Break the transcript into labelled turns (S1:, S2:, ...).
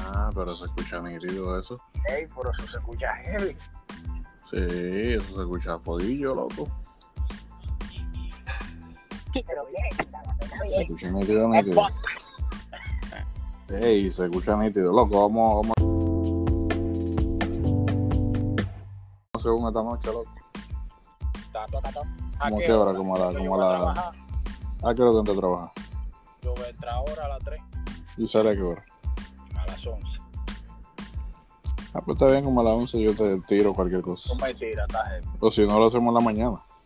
S1: Ah, pero se escucha nítido eso.
S2: Ey, pero eso se escucha heavy.
S1: Sí, eso se escucha fodillo, loco.
S2: Pero
S1: Se
S2: bien,
S1: escucha nítido,
S2: bien. Es
S1: nítido.
S2: podcast.
S1: Ey, se escucha nítido, loco. Vamos, vamos. Según esta noche, loco.
S2: Tato, tato.
S1: ¿Cómo qué hora? Como a la-
S2: Yo
S1: como a
S2: voy a
S1: la-
S2: trabajar.
S1: ¿A qué hora tú entras a trabajar?
S2: Yo voy a entrar ahora a las 3,
S1: ¿Y sale a qué hora?
S2: a las 11.
S1: Ah, pues está bien, como a las 11 yo te tiro cualquier cosa.
S2: Son mentiras, está heavy.
S1: O si no, lo hacemos en la mañana.